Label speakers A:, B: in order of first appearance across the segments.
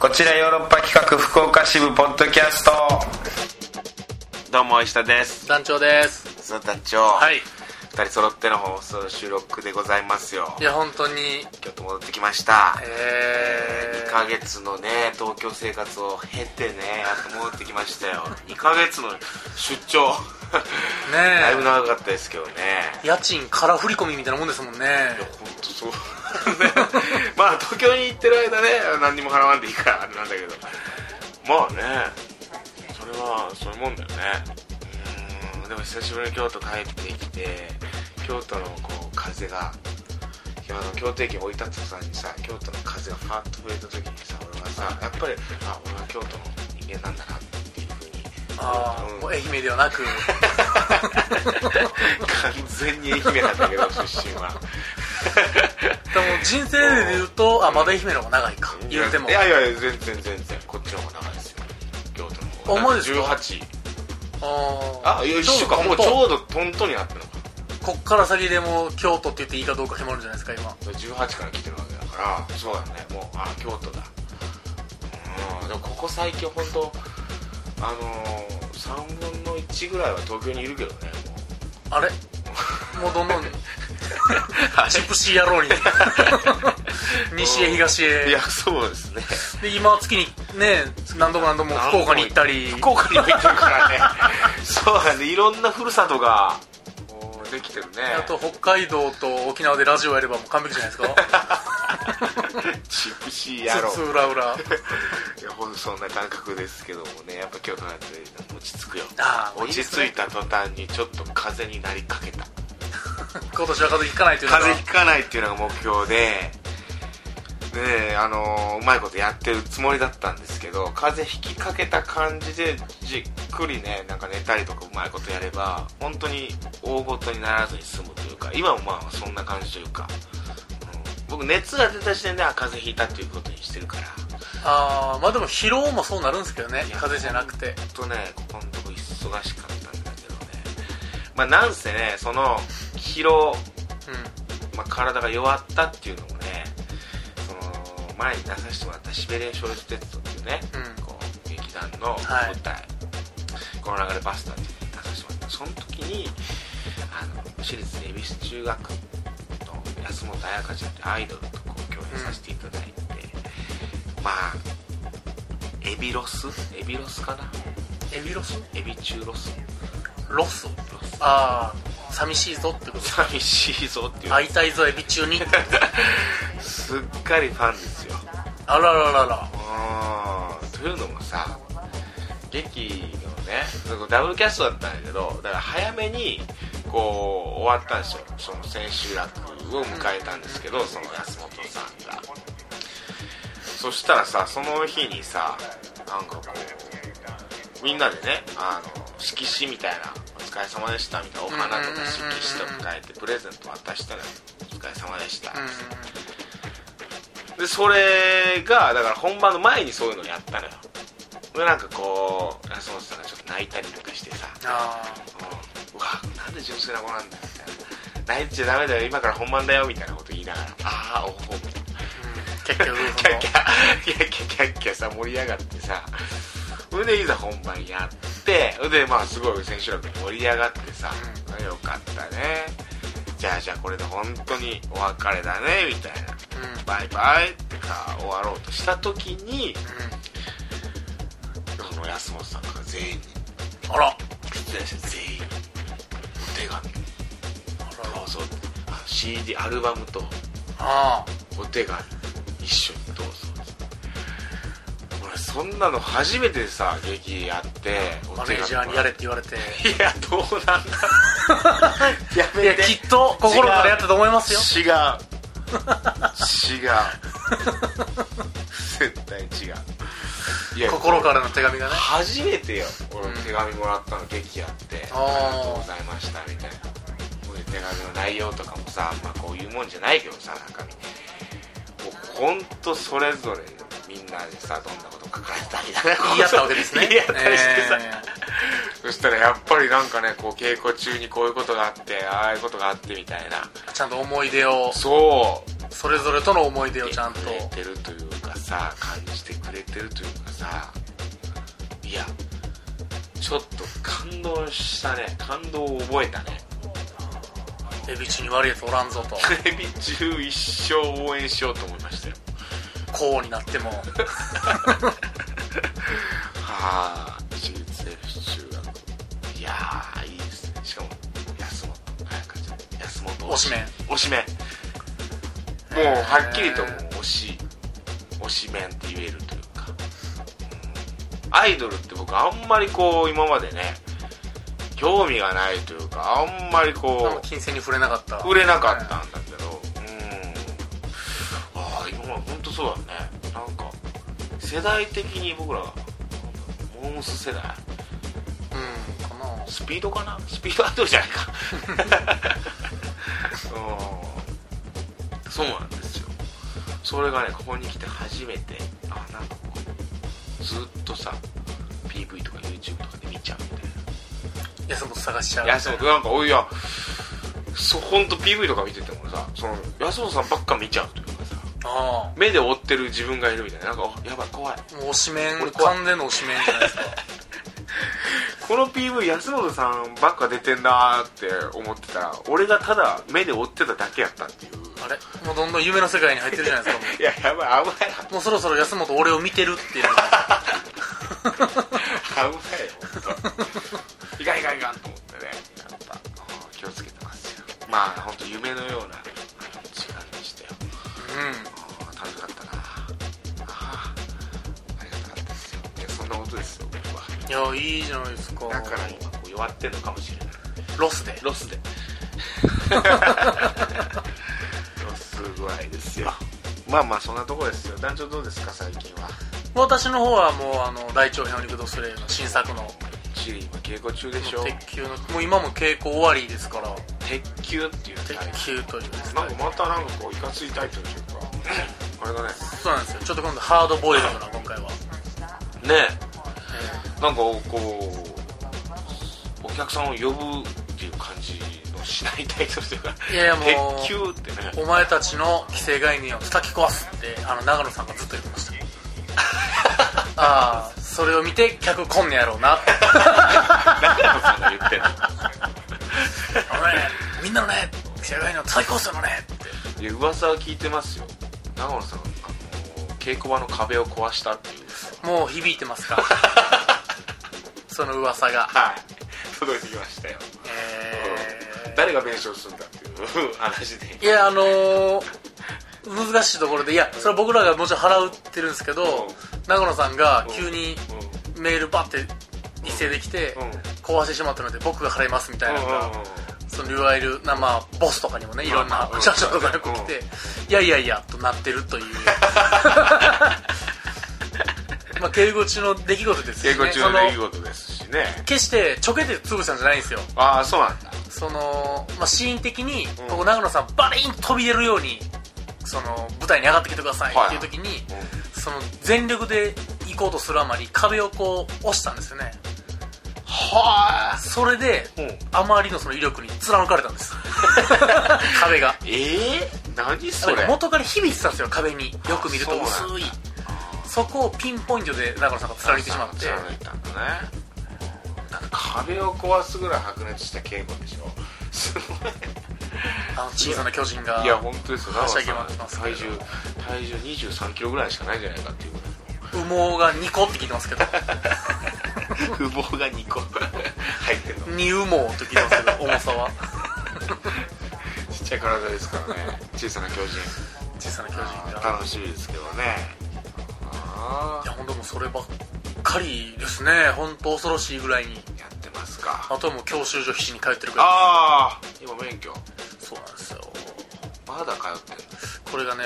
A: こちらヨーロッパ企画福岡支部ポッドキャストどうも石田です
B: 団長です
A: 須田団長
B: はい
A: 2人揃っての放送収録でございますよ
B: いや本当に
A: 今日と戻ってきました
B: えー
A: 2ヶ月のね東京生活を経てねやっと戻ってきましたよ2ヶ月の出 張だいぶ
B: ね
A: 長かったですけどね
B: え家賃から振り込みみたいなもんですもんね
A: いや本当そう ねまあ東京に行ってる間ね何にも払わんでいいからあれなんだけどまあねそれはそういうもんだよねうーんでも久しぶりに京都帰ってきて京都のこう風があの京都駅に降り立った途端にさ京都の風がファーッと触れた時にさ俺はさやっぱりあ俺は京都の人間なんだなっていうふうに
B: ああ
A: うん
B: もう愛媛では なく
A: 完全に愛媛なんだけど出身は
B: でも人生で言うとあまだ愛媛の方が長いか言うても
A: いやいやいや全然全然こっちの方が長いですよ京都の方
B: あマジですか
A: 18
B: あ
A: あ
B: あ
A: いや一緒かもうちょうどトントンになってるのか
B: こっから先でもう京都って言っていいかどうか決まるんじゃないですか今
A: 18から来てるわけだからそうだねもうあ京都だうんでもここ最近本当あのー、3分の1ぐらいは東京にいるけどね もう
B: あれもうどんどんジプシー野 郎に西へ東へ
A: いやそうですね
B: で今は月にね何度も何度も福岡に行ったり
A: 福岡にも行ってるからね そうだねいろんなふるさとがもうできてるね
B: あと北海道と沖縄でラジオやればもう完璧じゃないです か
A: チップシー野郎
B: つつ裏裏あ
A: いやほんとそんな感覚ですけどもねやっぱ京都なんて落ち着くよ
B: あ
A: 落ち着いた途端にちょっと風になりかけた
B: 今年は風邪ひかないというのが
A: 風邪ひかないっていうのが目標でねえあのーうまいことやってるつもりだったんですけど風邪ひきかけた感じでじっくりねなんか寝たりとかうまいことやれば本当に大ごとにならずに済むというか今もまあそんな感じというか、うん僕熱が出た時点であ風邪ひいたっていうことにしてるから
B: ああまあでも疲労もそうなるんですけどね
A: いや
B: 風邪じゃなくて
A: ちょっとねここのとこ忙しかったんだけどねまあなんせねその疲労、
B: う
A: まあ、体が弱ったっていうのもねその前に出させてもらったシベリアン小説鉄道っていうね、
B: うん
A: こう劇団の舞
B: はい
A: 台、この流れバスターっていうのに出させてもらったその時にあの私立恵比寿中学の安本彩香ちゃんってアイドルとこう共演させていただいて、まあエビロスエビロスかなん
B: エビロス
A: エビ中ロス
B: ロス
A: ロス
B: ああ寂しいぞってこと
A: 寂しいぞっていう
B: 会いたいぞエビ 中に
A: すっかりファンですよ
B: あらららら
A: うんというのもさ劇のねそのダブルキャストだったんだけどだから早めにこう終わったんですよその千秋楽を迎えたんですけどその安本さんがそしたらさその日にさなんかこうみんなでねあの色紙みたいな「お疲れ様でした」みたいなお花とか色紙とか書いてプレゼント渡したら「お疲れ様でした」
B: う
A: でそれがだから本番の前にそういうのやったのよでなんかこう安本さんがちょっと泣いたりとかしてさ
B: んあ
A: うんうわなんで純粋な子なんだみたいな泣いちゃダメだよ今から本番だよみたいなこと言いながらああおほみたいな
B: あ、うん、結 局
A: キャッキャキャッキャキャッキャさ盛り上がってさそれでいざ本番やってそれでまあすごい千秋楽盛り上がってさ、よかったねじゃあじゃあこれで本当にお別れだねみたいな
B: そのうん
A: バイバイってか終わろうとした時にその安本さんが全員に
B: うんあら
A: 出演者全員にお手紙
B: あらら
A: どうぞってあ CD アルバムと
B: あ
A: お手紙一緒にどうぞって俺そんなの初めてさ劇やって
B: あ
A: お
B: マ
A: 手紙
B: ネージャーにやれって言われて
A: いやどうなんだや
B: いやきっと心からやったと思いますよ
A: 違う 違う絶対違ういや
B: 心からの手紙がね
A: 初めてよ俺
B: うん
A: 手紙もらったの劇やって「
B: あ
A: あり
B: ー
A: がとうございました」みたいなこういう手紙の内容とかもさまあこういうもんじゃないけどさ中身もうほんとそれぞれみんなでさどんなこと書かれたみたいな
B: 言い合ったわけですね
A: 言い合ったりしてさ、
B: えー
A: そしたらやっぱりなんかねこう稽古中にこういうことがあってああいうことがあってみたいな
B: ちゃんと思い出を
A: そう
B: それぞれとの思い出をちゃんと
A: 言ってくれてるというかさ感じてくれれてるというかさいやちょっと感動したね感動を覚えたね
B: エビ中に悪いやつおらんぞと
A: テレビ中一生応援しようと思いましたよ
B: こうになっても
A: はあ私立 F 中学いやーいいですねしかも安本早川ちゃん安本
B: 推しメン
A: 推しメンもうはっきりともう推し推しメンって言えるというか、うんアイドルって僕あんまりこう今までね興味がないというかあんまり
B: あん
A: こ
B: ま
A: う
B: 金銭に触れなかった
A: 売れなかったんだけどうんああ今まで本当そうだねなんか世代的に僕らなんだろうモームス世代
B: うんかな
A: スピードかなスピードアイドルじゃない かうんそうなんですよそれがねここに来て初めてあなんかこうずっとさ PV とか YouTube とかで見ちゃうみたいな
B: 安本探しちゃう
A: 安本なんかおいやそう本当 PV とか見ててもさその安本さんばっか見ちゃうというかさ
B: あ
A: 目で追ってる自分がいるみたいななんかおやばい怖い
B: あもう推しメ
A: 俺
B: ン
A: 怖い
B: 完全の推しメンじゃないですか
A: この PV 安本さんばっか出てんなーって思ってたら俺がただ目で追ってただけやったっていう
B: あれもうどんどん夢の世界に入ってるじゃないですかも
A: いややばい危ないう
B: もうそろそろ安本俺を見てるっていうのが
A: 危ないよ本当いかんいかんいかんと思ってねやっぱうん気をつけてますよまあ本当夢のような時間でしたよ
B: う
A: あー楽しかったなあーありがたかったですよいやそんなことですよ僕は
B: んいやいいじゃないですか
A: だから今こう弱ってんのかもしれない
B: ロスで
A: ロスでロス具合ですよまあまあそんなとこですよ団長どうですか最近は
B: 私の方はもうあの大長編オリグドスレイの新作の
A: チリ今稽古中でしょ
B: 鉄球のもう今も稽古終わりですから
A: 鉄球っていうタイ
B: 鉄球というです
A: プ
B: ね
A: なんかまたなんかこういかついタイトルというかあれだね
B: そうなんですよちょっと今度ハードボイルドな今回は、
A: ねえなんかこうお客さんを呼ぶっていう感じのしないタイトルというか
B: いやいやもう
A: 鉄球ってね
B: お前たちの既成概念を叩き壊すってあの長野さんがずっと言ってま したああそれを見て客来んねやろう なって
A: 中野さんが言ってんの
B: あのねみんなのね既成概念を叩き壊すのねって
A: いや噂は聞いてますよ長野さんがあの稽古場の壁を壊したっていう
B: もう響いてます かその噂が
A: はい届いてきましたよ、
B: えー
A: 誰が弁償するんだっていう話 で
B: いやあのー難しいところでいやそれは僕らがもちろん払うってるんですけど、長野さんが急にメールバッて一斉できて、
A: うん
B: 壊してしまったので僕が払いますみたいなのが、
A: う
B: そのいわゆるな、まあ、ボスとかにもねいろん
A: まあ
B: な
A: まあ
B: 社長とかが来て、
A: う
B: いやいやいやとなってる というまあ敬語中の出来事ですし、ね、
A: 稽古中の出来
B: その
A: 事ですしね
B: 決してちょけて潰したんじゃないんですよ
A: ああそうなんだ
B: その、まあ、シーン的に、
A: うん
B: こう長野さんバリーンと飛び出るようにその舞台に上がってきてください
A: はい
B: っ
A: は
B: て
A: い
B: いう時に、
A: うん
B: その全力で行こうとするあまり壁をこう押したんですよね
A: はあ
B: それで、
A: うん
B: あまりのその威力に貫かれたんです 壁が
A: ええ何そ
B: だか
A: れ
B: ら元から響いてたんですよ壁によく見ると
A: あそうなん
B: 薄
A: だ
B: いそこをピンポイントで長野さんが貫いてしまって
A: 貫いたんだねなんか壁を壊すぐらい白熱した稽古でしょすごい
B: あの小さな巨人が
A: いや本当ですよ長野さん
B: はしゃぎ回ってますけ
A: 体
B: ど
A: 重体重2 3キロぐらいしかないんじゃないかっていうぐらいの
B: 羽毛が2個って聞いてますけど
A: 不毛が2個入ってるの
B: 二羽毛って聞いてます けど重さは
A: ちっちゃい体ですからね小さな巨人
B: 小さな巨
A: あ
B: 人
A: ー
B: が
A: 楽しみですけどねあ
B: いや本当もうそればっかりですね本当恐ろしいぐらいに
A: ーやってますか
B: あとはもう教習所必死に通ってるぐらい
A: ああ今免許
B: そうなんですよ
A: まだ通って
B: これがね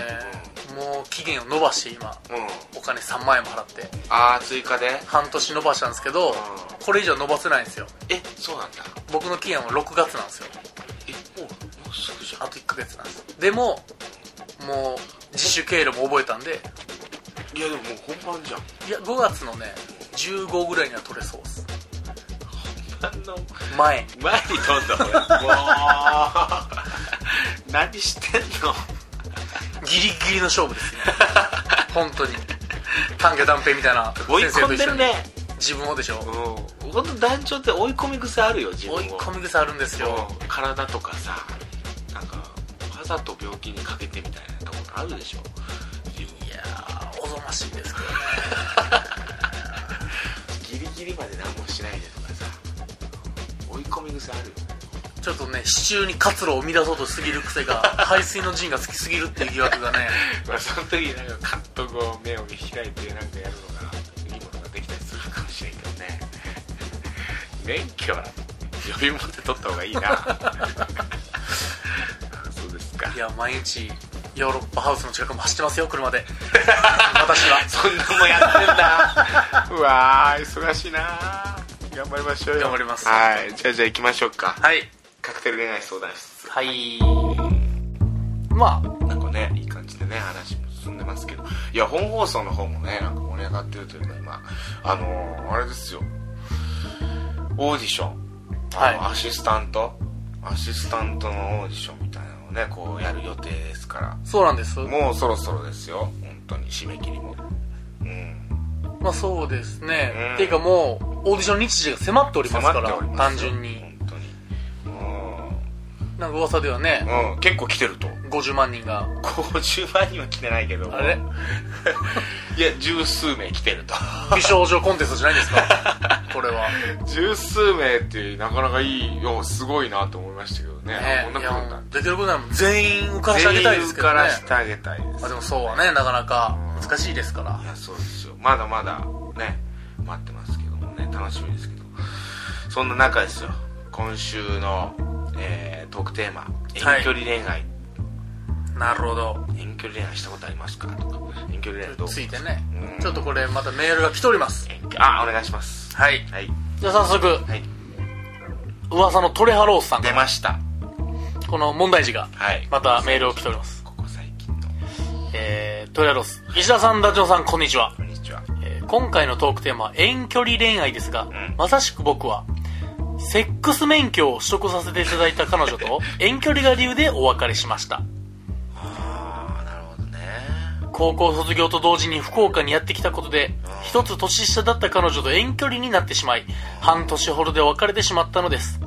B: もう期限を延ばして今
A: んのうん
B: お金3万円も払って
A: ああ追加で
B: 半年延ばしたんですけどこれ以上延ばせないんですよ
A: えそうなんだ
B: 僕の期限は6月なんですよ
A: えもうもうすぐじゃん
B: あと1ヶ月なんですでももう自主経路も覚えたんで
A: いやでももう本番じゃん
B: いや5月のね15ぐらいには取れそうです
A: 本番の
B: 前
A: 前に飛んだ俺 もう何してんの
B: ギリギリの勝負ですね本当に短歌断平みたいな
A: 追い
B: 先生と
A: 込ん
B: 一
A: で
B: 緒
A: る
B: に
A: ね
B: 自分をでしょ
A: うん本当団長って追い込み癖あるよ自分を
B: 追い込み癖あるんですよ
A: うん体とかさなんかわざと病気にかけてみたいなところあるでしょ自分
B: いやーおぞましいですけどね
A: ギリギリまで何もしないでとかさ追い込み癖あるよ
B: ちょっとね支柱に活路を生み出そうとすぎる癖が排水の陣が好きすぎるっていう疑惑がね
A: まあ、その時なんかカッとこう目を見開いてなんかやるのがいいものができたりするかもしれんけどね免許は呼び持って取った方がいいな そうですか
B: いや毎日ヨーロッパハウスの近くも走ってますよ 車で私は
A: そんなもんやってんだうわー忙しいな頑張りましょうよ
B: 頑張ります
A: はいじゃあじゃあ行きましょうか、
B: はい
A: カクテル恋愛相談室
B: はいまあ
A: なんかねいい感じでね話も進んでますけどいや本放送の方もねなんか盛り上がってるというか今あのー、あれですよオーディションあの
B: は
A: アシスタントアシスタントのオーディションみたいなのをねこうやる予定ですから
B: そうなんです
A: もうそろそろですよ本当に締め切りもうん
B: まあそうですね、
A: うん
B: っていうかもうオーディション日時が迫っておりますか
A: 迫
B: ら
A: っております
B: 単純に
A: 本当にうん
B: なんか噂ではね、
A: うん、結構来てると
B: 50万人が
A: 50万人は来てないけども
B: あれ
A: いや十数名来てると
B: 美少女コンテストじゃないんです かこれは
A: 十数名ってなかなかいいよすごいなと思いましたけどね
B: ね
A: こん
B: い
A: なことな
B: や
A: んだ
B: できることなら全員受からしてあげたいです
A: 全員受
B: けどね
A: からしてあげたいです
B: まあ、でもそうはねなかなか難しいですから
A: いやそうですよまだまだね待ってますけどもね楽しみですけどそんな中ですよ今週の、えートークテーマ
B: はい
A: 遠距離恋愛、
B: なるほど
A: 遠距離恋愛したことありますかとか遠距離恋愛どう
B: ついてね
A: うん
B: ちょっとこれまたメールが来ております
A: 遠距あお願いします
B: はい
A: はい
B: じゃあ早速
A: はい
B: 噂のトレハロースさんか
A: 出
B: ら
A: ました
B: この問題児が
A: はい
B: またメールを来ております
A: ここ最近の
B: えー、トレハロース石田さんダチョウさんこんにちは
A: こんにちは
B: えー今回のトークテーマは遠距離恋愛ですが、
A: ん
B: まさしく僕はセックス免許を取得させていただいた彼 女と遠距離が理由でお別れしました
A: ああなるほどね
B: 高校卒業と同時に福岡にやってきたことで一つ年下だった彼女と遠距離になってしまい半年ほどで別れてしまったのです、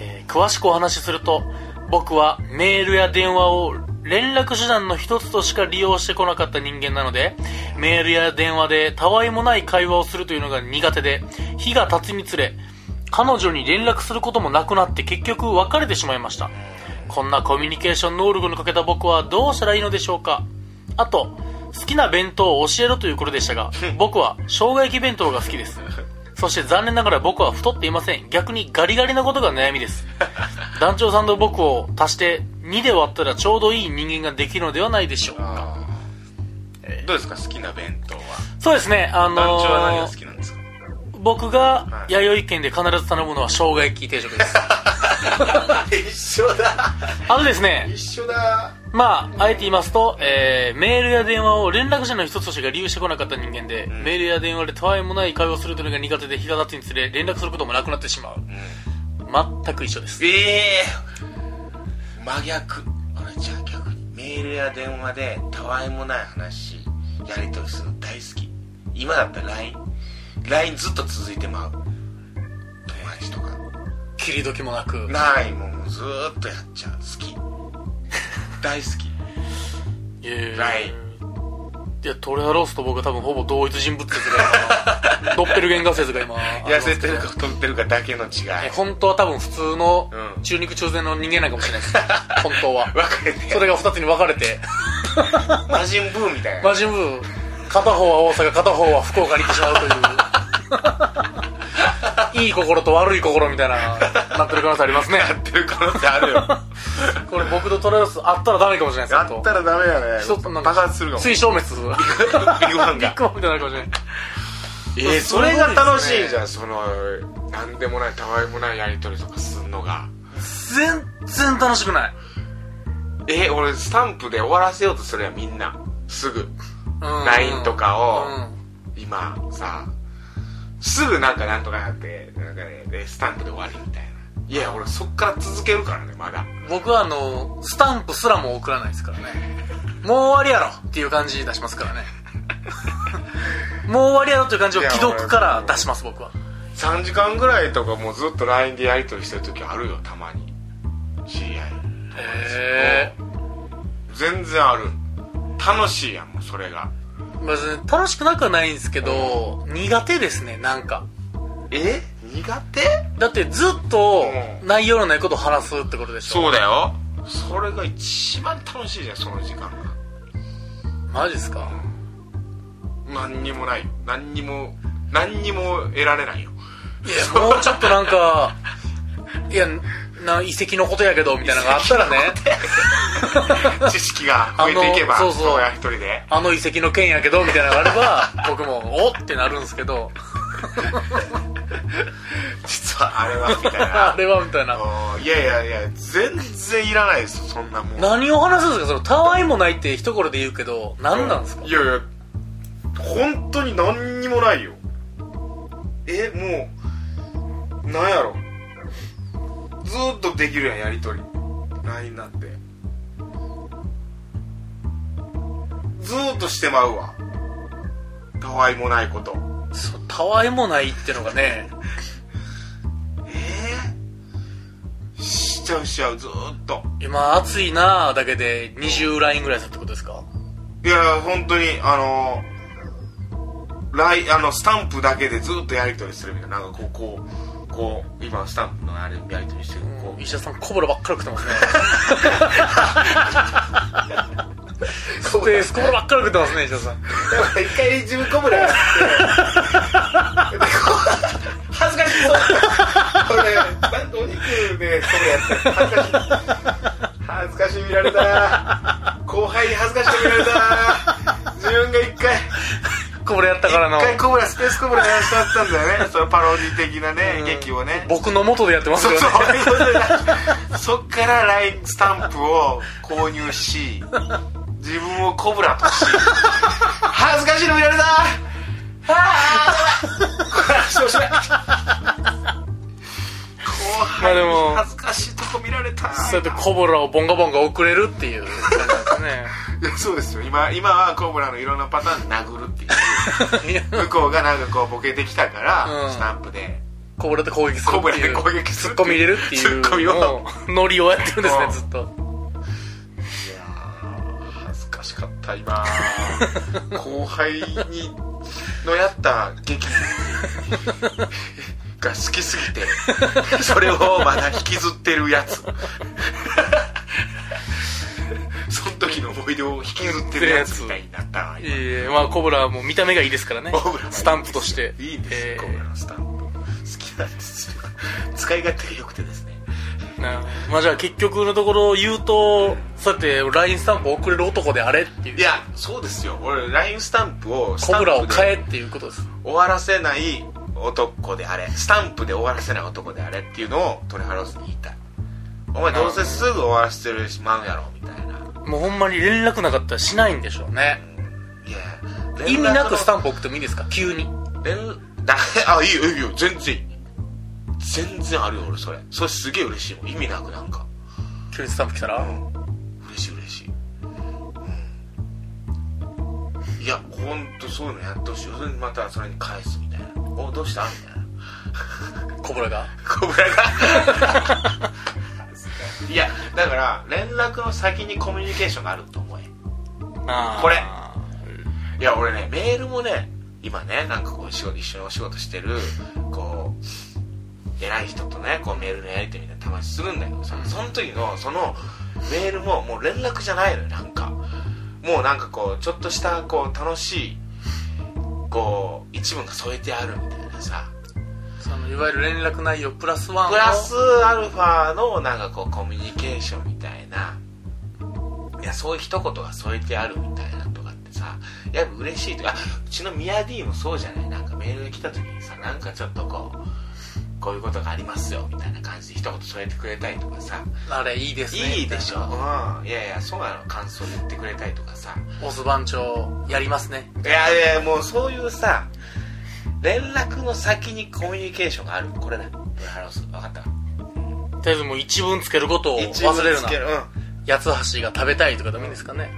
B: えー詳しくお話しすると僕はメールや電話を連絡手段の一つとしか利用してこなかった人間なのでメールや電話でたわいもない会話をするというのが苦手で日が経つにつれ彼女に連絡することもなくなって結局別れてしまいましたこんなコミュニケーション能力の欠けた僕はどうしたらいいのでしょうかあと好きな弁当を教えろということでしたが僕は生姜焼き弁当が好きですそして残念ながら僕は太っていません逆にガリガリなことが悩みです 団長さんと僕を足して2で割ったらちょうどいい人間ができるのではないでしょう
A: あーどうですか好きな弁当は
B: そうですねあの
A: 団長は何が
B: ー
A: 好きなんですか
B: 僕が
A: はい
B: 弥生県で必ず頼むのは生姜焼き定食です
A: 一緒だ
B: あとですね
A: 一緒だ
B: まあ、あえて言いますと、えー、メールや電話を連絡者の一つとしてが利用してこなかった人間で、
A: ん
B: メールや電話でたわいもない会話をするというのが苦手で、日が経つにつれ、連絡することもなくなってしまう。全く一緒です。
A: ええ真逆俺じゃあ逆にメールや電話でたわいもない話やり取りするの大好き今だったら LINELINE ずっと続いてまう友達とか
B: 切り時もなく。
A: ないもんずーっとやっちゃう好き大好き
B: いやいや
A: ない
B: いや、トレハロースと僕は多分ほぼ同一人物説が 今、ドッペルゲンガー説が今、
A: 痩せてるか太ってるかだけの違い
B: え本当は多分普通の
A: うん
B: 中肉中背の人間なんかもしれない です。本当は。
A: 分かれて
B: それが二つに分かれて、
A: 魔人ブーみたいな
B: マジムー、片方は大阪、片方は福岡に行ってしまう という。いい心と悪い心みたいな、なってる可能性ありますね。
A: やってる可能性あるよ
B: これ僕とトライアスあったらダメかもしれないです
A: や
B: 本当
A: ったらダメだね
B: 一つなんか
A: 爆発するかも
B: 水消滅する。ビ
A: ビッグワンが
B: ッグマンみたいになるかもしれない。
A: え
B: ー
A: それが楽しいじゃん、
B: す
A: その何でもないたわいもないやり取りとかすんのが
B: 全然楽しくない。
A: え俺スタンプで終わらせようとするやんみんなすぐ
B: うん
A: LINE とかを
B: うん
A: 今さすぐなんかなんとかやってなんかねでスタンプで終わりみたいないや俺そっから続けるからねまだ
B: 僕はあの、スタンプすら も送らないですからね。もう終わりやろっていう感じ出しますからね。もう終わりやろという感じを既読から出します僕は
A: 3時間ぐらいとかもうずっと LINE でやり取りしてる時あるよたまに知り合い
B: へえ
A: 全然ある楽しいやんもうそれが
B: 別に楽しくなくはないんですけど、苦手ですねなんか
A: え苦手
B: だってずっと
A: う
B: 内容のないことを話すってことでしょ
A: そうだよそれが一番楽しいじゃんその時間が
B: マジっすか
A: 何にもない何にも何にも得られない よ
B: いやもうちょっとなんかいやな遺跡のことやけどみたいなのがあったらね
A: 知識が増えていけば
B: あのそうそう
A: 親一人で
B: あの遺跡の件やけどみたいなのがあれば僕もおってなるんですけど
A: 実はあれはみたいな
B: あれはみたいな
A: うんいやいやいや全然いらないですよそんなもん
B: 何を話すんですかそのたわいもないって一頃で言うけど何なんですか
A: いやいや本当に何にもないよえもうなんやろずーっとできるやんやりとり LINE なんてずーっとしてまうわたわいもないこと
B: そうたわいもないってのがね
A: えー、しちゃうしちゃうずーっと
B: 今暑いなあだけで20ラインぐらいするってことですか
A: いや本当にあのライあのスタンプだけでずっとやり取りするみたいななんかこうこうこう今スタンプのあれやり取りしてるこう
B: 医者さんこぼればっかり食ってますねスペースこぼればっかり食ってますね医者さん
A: 一回自分こぶらやって恥ずかしそうこれお肉でこぶらやって恥ずかしい恥ずかしい見られたな後輩に恥ずかしい見られたな自分が一回
B: こぼれやったからの
A: 一回コブラスペースコブラやらせてもらったんだよねそのパロディ的なね
B: うん
A: 劇をね
B: 僕の元でやってます
A: そ
B: け
A: う
B: どね
A: そうそっから LINE スタンプを購入し自分をコブラとし恥ずかしいの見られたああこれ足をしない後輩
B: まあでも
A: に恥ずかしいとこ見られた
B: そうやってコボラをボンガボンガ送れるっていう感じなん
A: いやそうですよ今今はコブラのいろんなパターンで殴るって いう
B: ですねいや
A: 向こうがなんかこうボケてきたから、
B: うん
A: スタンプで
B: コブラで攻撃す
A: コ
B: るって
A: ブラ
B: い
A: で
B: う
A: 攻撃す
B: ツ
A: る
B: ッコミ入れるっていう
A: ツッコミを
B: うんノリをやってるんですね
A: うん
B: ずっと
A: いやー恥ずかしかった 今後輩にのやった劇 が好きすぎて それをまだ引きずってるやつ その時の思い出を引きずってるやつみたいになったわ
B: い
A: 今
B: えいえまあコブラはもう見た目がいいですからね
A: コブラはいいです
B: スタンプとして
A: いいんです
B: え
A: よコ
B: ー
A: ブラのスタンプ好きなんです よ使い勝手が良くてですね
B: なまあじゃあ結局のところ言うとそうやって LINE スタンプ送れる男であれっていう
A: いやそうですよ俺 LINE スタンプをス
B: コ
A: タン
B: ブ
A: プ
B: ラを
A: で
B: 買えっていうことです
A: 終わらせない男であれスタンプで終わらせない男であれっていうのを鳥原ロスに言いたいお前どうせすぐ終わらせてるしまうやろみたいな
B: もうほんまに連絡なかったらしないんでしょうね
A: いや
B: 意味なくスタ
A: ン
B: ンプ送ってもいいですか急に
A: プ連 だあいいよいいよ全然いい全然あるよ俺それそれすげえ嬉しいもん意味なくなんか
B: 急にスタンプ来たら
A: 嬉しい嬉しい、うん、いやほんとそういうのやってほしいそれでまたそれに返すみたいなおどうしたみたいな
B: コブラが
A: コブラがいやだから連絡の先にコミュニケーションがあると思えーこれいや俺ねメールもね今ねなんかこう仕事一緒にお仕事してるこう偉い人とねこうメールのやり取りみたいなたまにするんだけどさその時のそのメールももう連絡じゃないのよなんかもうなんかこうちょっとしたこう楽しいこう一文が添えてあるみたいなさ
B: そのいわゆる連絡内容プラスワンを
A: プラスアルファのなんかこうコミュニケーションみたいないやそういう一言が添えてあるみたいなとかってさやっぱ嬉しいとかあうちのミヤ D もそうじゃないなんかメールが来た時にさなんかちょっとこうこういうことがありますよみたいな感じで一言添えてくれたりとかさ
B: あれいいですね
A: いいでしょ、うん、いやいやそうなの感想言ってくれたりとかさ
B: オス番長やりますね
A: いやいやもうそういうさ連絡の先にコミュニケーションがあるこれだブラハロス分かった
B: とりあえずもう一文つけることを
A: 一応
B: 忘れる
A: つ
B: な
A: けるうん
B: 八つ橋が食べたいとかダメですかね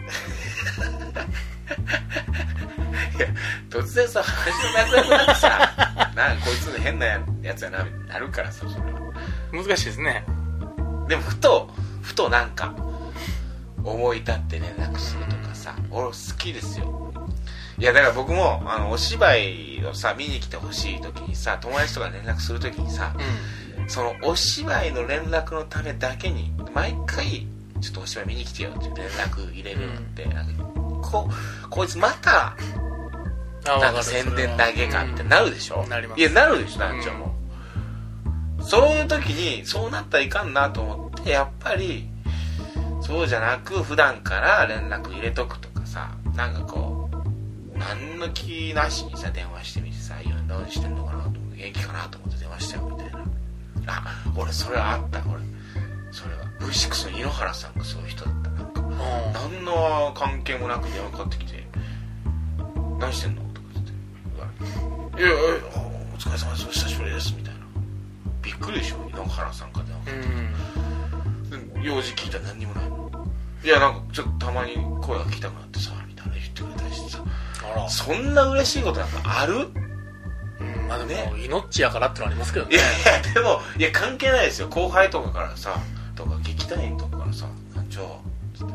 A: いや突然さ話のなくなってさなんかこいつの変なやつやななるからさそれは
B: 難しいですね
A: でもふとふとなんか思い立って連絡するとかさ俺好きですよいやだから僕もあのお芝居をさ見に来てほしい時にさ友達とか連絡する時にさ
B: うん
A: そのお芝居の連絡のためだけに毎回ちょっとお芝居見に来てよっていう連絡入れるのって、なんかここいつまた
B: あ
A: なん
B: わ
A: か
B: るそれは
A: 宣伝だけかって
B: うん
A: なるでしょ、
B: うんなります
A: いやなるでしょ団長も、そういう時にそうなったらいかんなと思ってやっぱりそうじゃなく普段から連絡入れとくとかさなんかこう何の気なしにさ電話してみてさ「いや何してんのかな?」と思って「元気かな?」と思って電話したよみたいなあ俺それはあった俺それは V6 の井ノ原さんがそういう人だったなんか
B: うん
A: 何の関係もなく電話かかってきて「何してんの?」とか言って言われて「いやいやいやお疲れ様ですお久しぶりです」みたいなびっくりでしょ井ノ原さんから電話か
B: うん
A: で用事聞いたら何にもないいやなんかちょっとたまに声が聞きたくなってさみたいな言ってくれたりしてさ
B: あら
A: そんな嬉しいことなんかある
B: うんまあでも
A: ね
B: 命やからってのありますけど
A: い
B: ね
A: やいやでもいや関係ないですよ後輩とかからさとか劇団員とかからさ「団長」つって連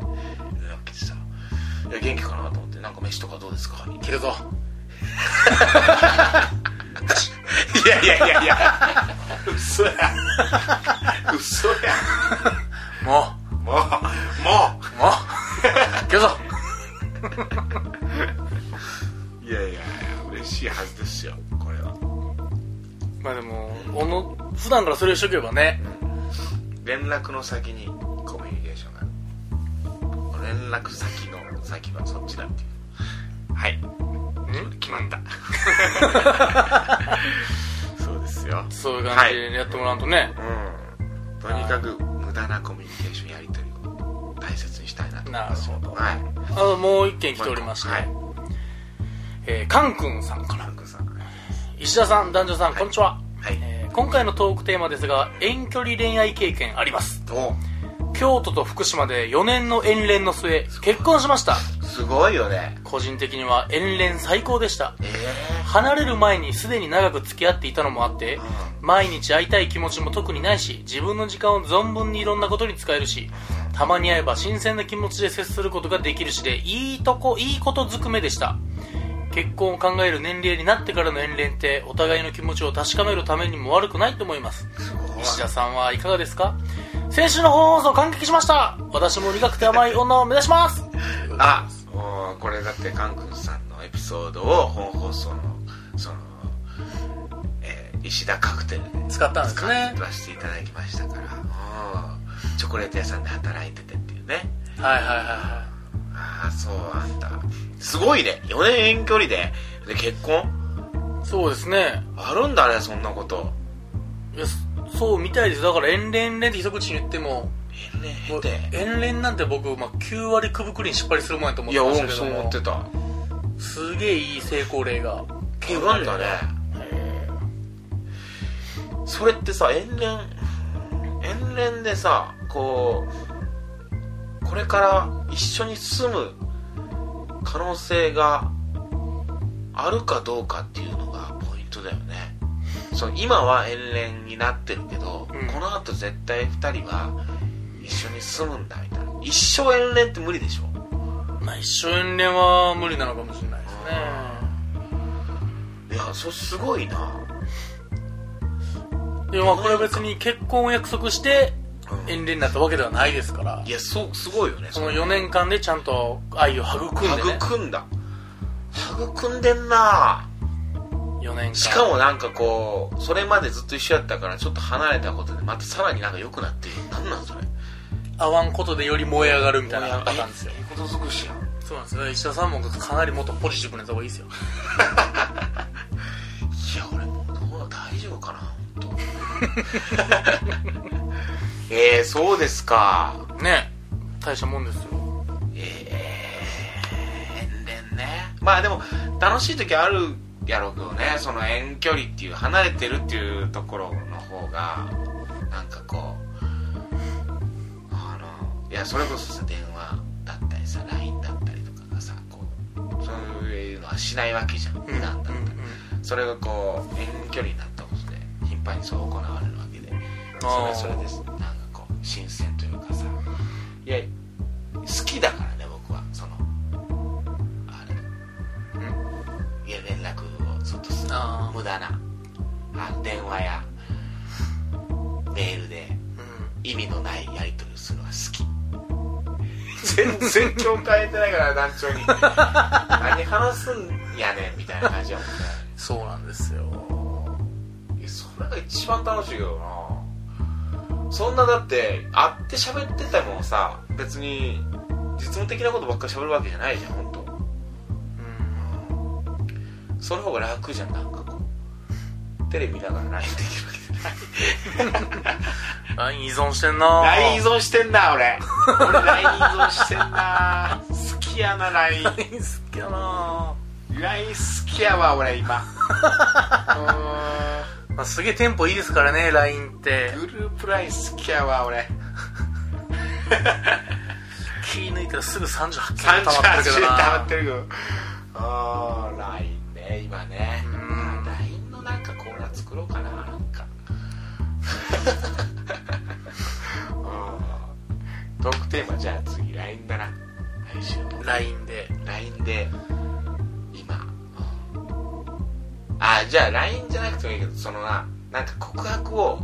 A: 絡来てさ「いや元気かな?」と思って「なんか飯とかどうですか?」
B: 切るぞ
A: いやいやいやいや嘘や嘘や
B: も
A: もうも
B: うも う切るぞ
A: ういやいやいや嬉しいはずですよこれは
B: まあでもおの普段からそれをしとけばね
A: 連絡の先にコミュニケーションがある連絡先の先はそっちだっていうはい
B: ん
A: 決まったそうですよ
B: そういう感じでやってもらうとね、
A: うんとにかく無駄なコミュニケーションやり取りを大切にしたいなと思います
B: なるほど
A: はい
B: あともう一件来ておりまして、
A: はい
B: えー、カン君さんか
A: パ
B: ら
A: ンクさん
B: 石田さん男女さんこんにちは、
A: はい
B: えー今回のトークテーマですが遠距離恋愛経験あります
A: お
B: 京都と福島で4年の遠恋の末結婚しました
A: すごいよね
B: 個人的には遠恋最高でした
A: え
B: 離れる前にすでに長く付き合っていたのもあって毎日会いたい気持ちも特にないし自分の時間を存分にいろんなことに使えるしたまに会えば新鮮な気持ちで接することができるしでいいとこいいことずくめでした結婚を考える年齢になってからの遠恋ってお互いの気持ちを確かめるためにも悪くないと思います
A: えすごい
B: 石田さんはいかがですか先週の放送感激しました私も苦くて甘い女を目指します
A: あもうこれだってカン君さんのエピソードを本放送のその、えー石田カクテルで
B: 使ったんです
A: 使
B: ね
A: わせていただきましたからうんチョコレート屋さんで働いててっていうね
B: はいはいはいは
A: ああそうあんたすごいね4年遠距離でで結婚
B: いそうですね
A: あるんだねそんなこと
B: いやそそうみたいですだから遠恋遠恋って一口に言っても
A: 遠恋経て
B: 遠恋なんて僕、まあ、9割くぶくりに失敗するもんやと思っ
A: い
B: て
A: や
B: ま
A: 俺
B: した
A: もそ
B: け
A: う
B: ど
A: 思
B: も
A: ってたあ
B: すげえいい成功例が
A: るんだねそれってさ遠恋遠恋でさこうこれから一緒に住む可能性があるかどうかっていうのがポイントだよねそう今は遠恋になってるけど、
B: うん
A: この後絶対2人は一緒に住むんだみたいな一生遠恋って無理でしょ
B: まあ一生遠恋は無理なのかもしれないです
A: い
B: ね
A: やそれすごいな
B: でもまあこれは別に結婚を約束して
A: うん
B: 遠恋になったわけではないですから
A: いやそうすごいよね
B: その4年間でちゃんと愛を育んで、ね、
A: 育んだ育んでんな
B: 4年間
A: しかもなんかこうそれまでずっと一緒やったからちょっと離れたことでまたさらになんか良くなってるなんなんそれ
B: 会わんことでより燃え上がるみたいな
A: あ
B: パターンですよ
A: いいこと尽くしやん
B: そうなんですよ石田さんもかなりもっとポジティブなとこいいですよ
A: いや俺もうどう大丈夫かな本 当えー、そうですか
B: ね大したもんですよ
A: ええ遠恋ねまあでも楽しい時あるやろうけどねその遠距離っていう離れてるっていうところの方がなんかこうあのいやそれこそさ電話だったりさ LINE だったりとかがさこうそういうのはしないわけじゃん
B: うんう
A: 普
B: ん
A: 段だったらそれがこう遠距離になったことで頻繁にそう行われるわけでそれはそれですなんかこう新鮮というかさいや好きだからね僕はそのあれ
B: うんうん
A: いや連絡をずっとする
B: あー
A: 無駄なあ電話やメールで意味のないやり取りをするのが好き全然共感得てないから団長に 何話すんやねんみたいな感じやもんね
B: そうなんですよ
A: いやそれが一番楽しいけどなそんなだって会って喋っててもさ別に実務的なことばっかり喋るわけじゃないじゃん本当
B: うん
A: その方が楽じゃんなんかこうテレビ見ながら LINE できるわけじゃない
B: LINE 依存してんな
A: LINE 依存してんな俺俺 LINE 依存してんな好きやな LINE
B: 存 LINE 好きやな
A: LINE 好きやわ俺 今
B: まあ、すげえテンポいいですからね LINE って
A: グループ LINE 好きやわ俺
B: 気抜いたらすぐ38件
A: 38
B: 溜まってるけどな
A: 溜まってるけどああ LINE ね今ね
B: うん
A: LINE のなんかコーナー作ろうかななんかあートークテーマじゃあ次 LINE だな来週も
B: LINE で
A: LINE で今あじゃあ LINE じゃなくてもいいけどそのななんか告白を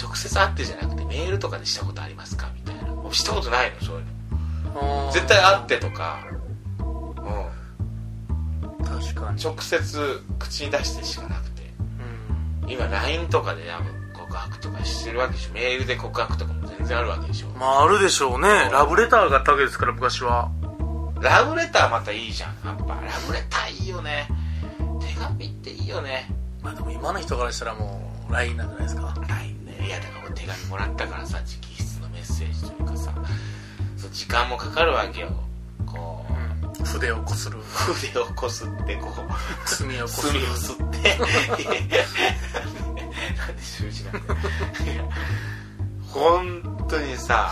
A: 直接会ってじゃなくてメールとかでしたことありますかみたいなおしたことないのそういうの絶対会ってとかうん
B: 確かに
A: 直接口に出してしかなくて
B: うん
A: 今 LINE とかで多分告白とかしてるわけでしょメールで告白とかも全然あるわけでしょ
B: まああるでしょうねラブレターがあったわけですから昔は
A: ラブレターまたいいじゃんやっぱラブレターいいよね手紙っていいよね
B: まあでも今の人からしたらもう LINE なんじゃないですか
A: ないねいやだから俺手紙もらったからさ直筆のメッセージというかさそう時間もかかるわけよこ
B: うん筆をこ する
A: う筆をこすってこう
B: 墨をこす
A: 墨
B: る
A: を吸ってなんで習字なんだよいや本当にさ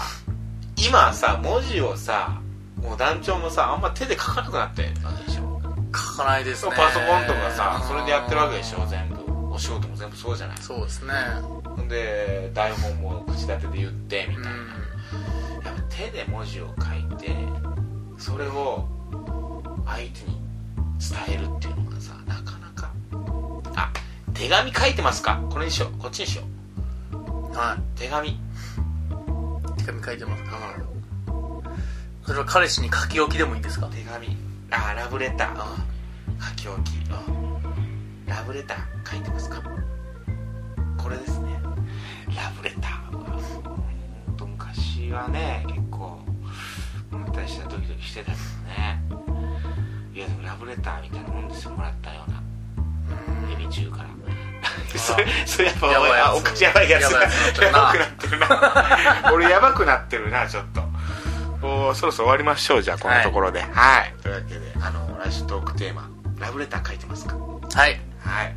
A: 今さ文字をさもう団長もさあんま手で書かなくなってたでしょ
B: 書かないです
A: そう
B: ね
A: パソコンとかさそれでやってるわけでしょ全部お仕事も全部そうじゃない
B: そうですね
A: ほんで台本も口立てで言ってみ
B: う
A: たいな、
B: ん
A: やっぱ手で文字を書いてそれを相手に伝えるっていうのがさなかなかあ手紙書いてますかこれにしようこっちにしよう
B: は
A: 手紙
B: い手紙書いてますかそれは彼氏に書き置きでもいいんですか
A: 手紙あラブレターうん書き置きうんラブレター書いてますかこれですねラブレターはほんと昔はね結構もったりしたドキドキしてたけどねいやでもラブレターみたいなもんですよもらったような
B: うん
A: エビ中から それそれやっぱ
B: やばいやつ
A: あおかしやばいやつ
B: やばいやつ
A: や
B: にな
A: ば
B: っ
A: く
B: ち
A: な
B: ゃ
A: ってるな 俺やばくなってるなちょっとおーそろそろ終わりましょうじゃあこのところではい、というわけであの来週トークテーマラブレター書いてますか
B: はい
A: はい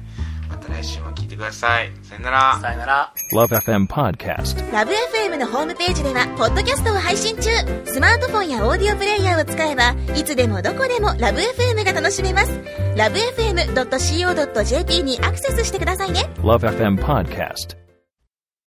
A: また来週も聞いてくださいさよなら
B: さよなら
C: Love FM Podcast.
D: ラブ f m のホームページではポッドキャストを配信中スマートフォンやオーディオプレイヤーを使えばいつでもどこでもラブ f m が楽しめますラブ FM.co.jp にアクセスしてくださいね
C: Love FM Podcast.